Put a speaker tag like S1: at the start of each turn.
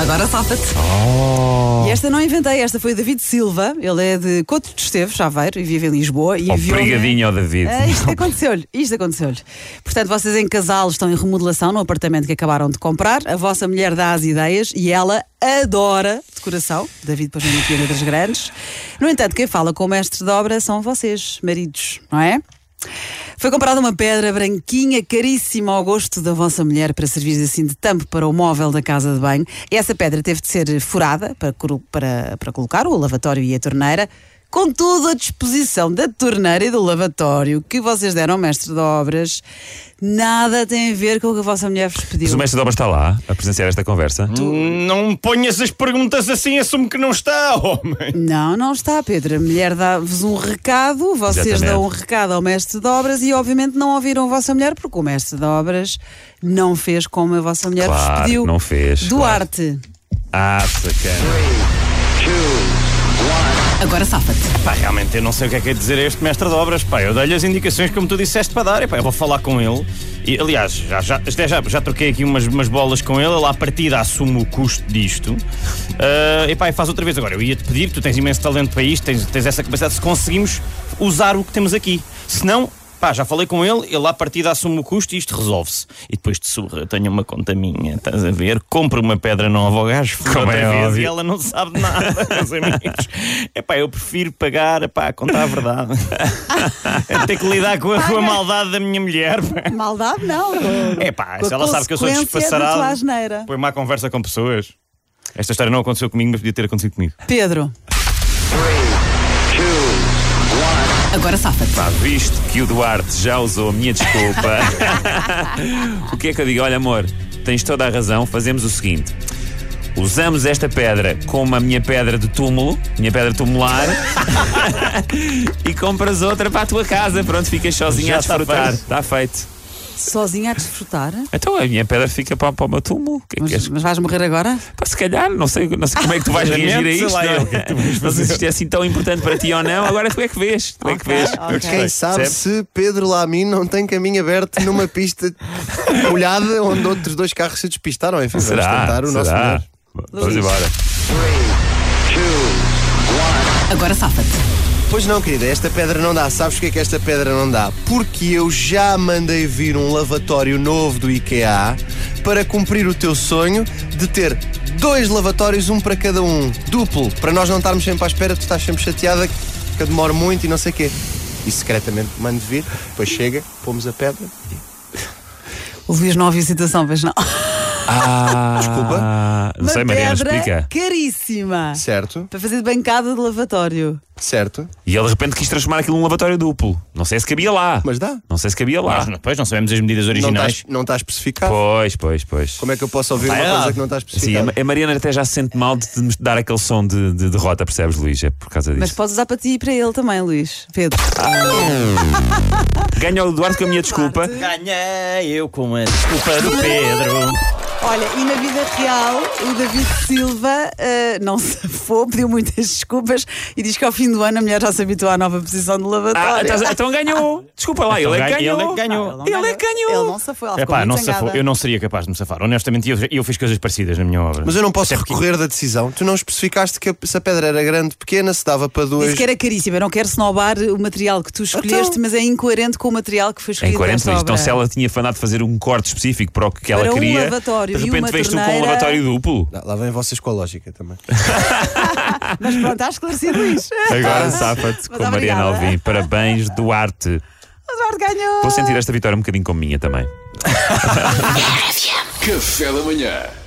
S1: Agora safa-te. E esta não inventei, esta foi o David Silva. Ele é de Couto de Esteves, Aveiro, e vive em Lisboa. E enviou-me-
S2: Obrigadinho ao David.
S1: Ah, isto aconteceu-lhe, isto aconteceu-lhe. Portanto, vocês em casal estão em remodelação no apartamento que acabaram de comprar. A vossa mulher dá as ideias e ela adora decoração. David depois vem aqui a letras grandes. No entanto, quem fala com o mestre de obra são vocês, maridos, não é? Foi comprada uma pedra branquinha, caríssima ao gosto da vossa mulher, para servir assim de tampo para o móvel da casa de banho. Essa pedra teve de ser furada para, colo- para, para colocar o lavatório e a torneira. Contudo, a disposição da torneira e do lavatório que vocês deram ao mestre de obras nada tem a ver com o que a vossa mulher vos pediu.
S2: Mas o mestre de obra está lá a presenciar esta conversa.
S3: Hum. Não ponhas as perguntas assim, assumo que não está, homem.
S1: Não, não está, Pedro. A mulher dá-vos um recado, vocês
S2: Exatamente.
S1: dão um recado ao mestre de obras e, obviamente, não ouviram a vossa mulher, porque o mestre de obras não fez como a vossa mulher vos
S2: Claro,
S1: pediu.
S2: não fez,
S1: Duarte.
S2: Ah, sacana.
S1: Agora safa-te.
S3: Pá, realmente eu não sei o que é que é dizer a este mestre de obras. Pá, eu dei-lhe as indicações como tu disseste para dar. E, pá, eu vou falar com ele. E, aliás, já, já, até já, já troquei aqui umas, umas bolas com ele. Ele à partida assume o custo disto. Ah, e pá, e faz outra vez. Agora, eu ia-te pedir, tu tens imenso talento para isto, tens, tens essa capacidade, se conseguimos usar o que temos aqui. Se não, pá, já falei com ele, ele à partida assume o custo e isto resolve-se. E depois te surra, tenho uma conta minha, estás a ver? Compra uma pedra nova ao gajo, fura
S2: Como
S3: outra
S2: é
S3: vez e
S2: óbvio.
S3: ela não sabe de nada, meus amigos. É pá, eu prefiro pagar, é pá, contar a verdade. É ter que lidar com a, com a maldade da minha mulher. pá.
S1: Maldade, não.
S3: É pá, se ela sabe que eu sou despassarado, põe má conversa com pessoas. Esta história não aconteceu comigo, mas podia ter acontecido comigo.
S1: Pedro. Agora safa-te.
S2: Pá, visto que o Duarte já usou a minha desculpa, o que é que eu digo? Olha, amor, tens toda a razão, fazemos o seguinte. Usamos esta pedra como a minha pedra de túmulo, minha pedra tumular, e compras outra para a tua casa. Pronto, ficas sozinha
S3: Já
S2: a
S3: está
S2: desfrutar.
S3: feito.
S2: Está feito.
S1: Sozinha a desfrutar?
S2: Então a minha pedra fica para, para o meu túmulo. O que é que
S1: Mas,
S2: és?
S1: mas vais morrer agora?
S2: Pá, se calhar, não sei, não sei como é que tu vais reagir a
S3: Sei
S2: isto.
S3: lá
S2: não é?
S3: eu, o que é que tu vais
S2: Não sei se isto é assim tão importante para ti ou não. Agora tu é que vês. Tu é que vês.
S4: Quem sabe
S2: Percebe?
S4: se Pedro Lamy não tem caminho aberto numa pista molhada onde outros dois carros se despistaram. Enfim, vamos
S2: Será?
S4: tentar o nosso
S2: Será?
S4: melhor.
S2: Vamos embora.
S1: Agora safa-te.
S4: Pois não, querida, esta pedra não dá. Sabes o que é que esta pedra não dá? Porque eu já mandei vir um lavatório novo do IKEA para cumprir o teu sonho de ter dois lavatórios, um para cada um, duplo, para nós não estarmos sempre à espera, tu estás sempre chateada que eu demoro muito e não sei o quê. E secretamente mando vir, depois chega, pomos a pedra.
S1: O Luís não ouviu a citação, pois não.
S2: Ah,
S4: Desculpa.
S2: Não sei,
S1: Uma
S2: Mariana,
S1: pedra
S2: explica.
S1: caríssima.
S4: Certo,
S1: Para fazer de bancada de lavatório.
S4: certo.
S2: E ele de repente quis transformar aquilo num lavatório duplo. Não sei se cabia lá.
S4: Mas dá.
S2: Não sei se cabia lá.
S3: Mas depois não sabemos as medidas
S4: Não estás,
S3: originais. Tá
S4: não estás especificado.
S2: Pois, pois, pois.
S4: Como é que é eu posso ouvir uma
S3: errado. Assim, é-
S4: coisa que não estás
S2: Sim,
S4: especificada?
S2: a, a Mariana até já se sente mal de de dar aquele som de, de derrota, percebes, Luís? É por causa
S1: Mas
S2: disso.
S1: podes usar para ti e para ele também, Luís. Pedro.
S2: Ganha o Eduardo com a minha desculpa.
S3: Ganhei eu com a desculpa do Pedro.
S1: Olha, e na vida real, o David Silva ah, não safou, pediu muitas desculpas e diz que ao fim do ano a mulher já se habituou à nova posição de
S2: Ah,
S1: lavatório.
S2: estás- então ganhou. Desculpa lá, ele é que
S3: Ele é
S2: ganhou.
S3: que ganhou.
S1: Não,
S2: Ele é que ganhou.
S1: Ele não safou, ela
S3: É
S1: ficou
S3: pá,
S1: muito
S3: não
S1: zangada.
S3: safou. eu não seria capaz de me safar. Honestamente, eu, eu fiz coisas parecidas na minha obra.
S4: Mas eu não posso recorrer da decisão. Tu não especificaste que a- se a pedra era grande, pequena, se dava para duas.
S1: Disse que era caríssimo, eu não quero snobar o material que tu
S2: Então.
S1: escolheste, mas é incoerente com o material que foi
S2: Em
S1: escolhido.
S2: 40
S1: para
S2: Luís.
S1: esta
S2: Então,
S1: obra.
S2: se ela tinha fanado de fazer um corte específico para o que ela
S1: Para um
S2: queria,
S1: lavatório
S2: de
S1: e uma
S2: repente vês tu com um
S1: torneira.
S2: lavatório duplo.
S4: Lá- Lá vem vocês com a lógica também.
S1: Mas pronto, está esclarecido, Luís.
S2: Agora safa-te
S1: Mas
S2: com a Mariana
S1: obrigada.
S2: Alvim. Parabéns, Duarte.
S1: O Duarte ganhou.
S2: Vou sentir esta vitória um bocadinho como minha também.
S5: Café da manhã.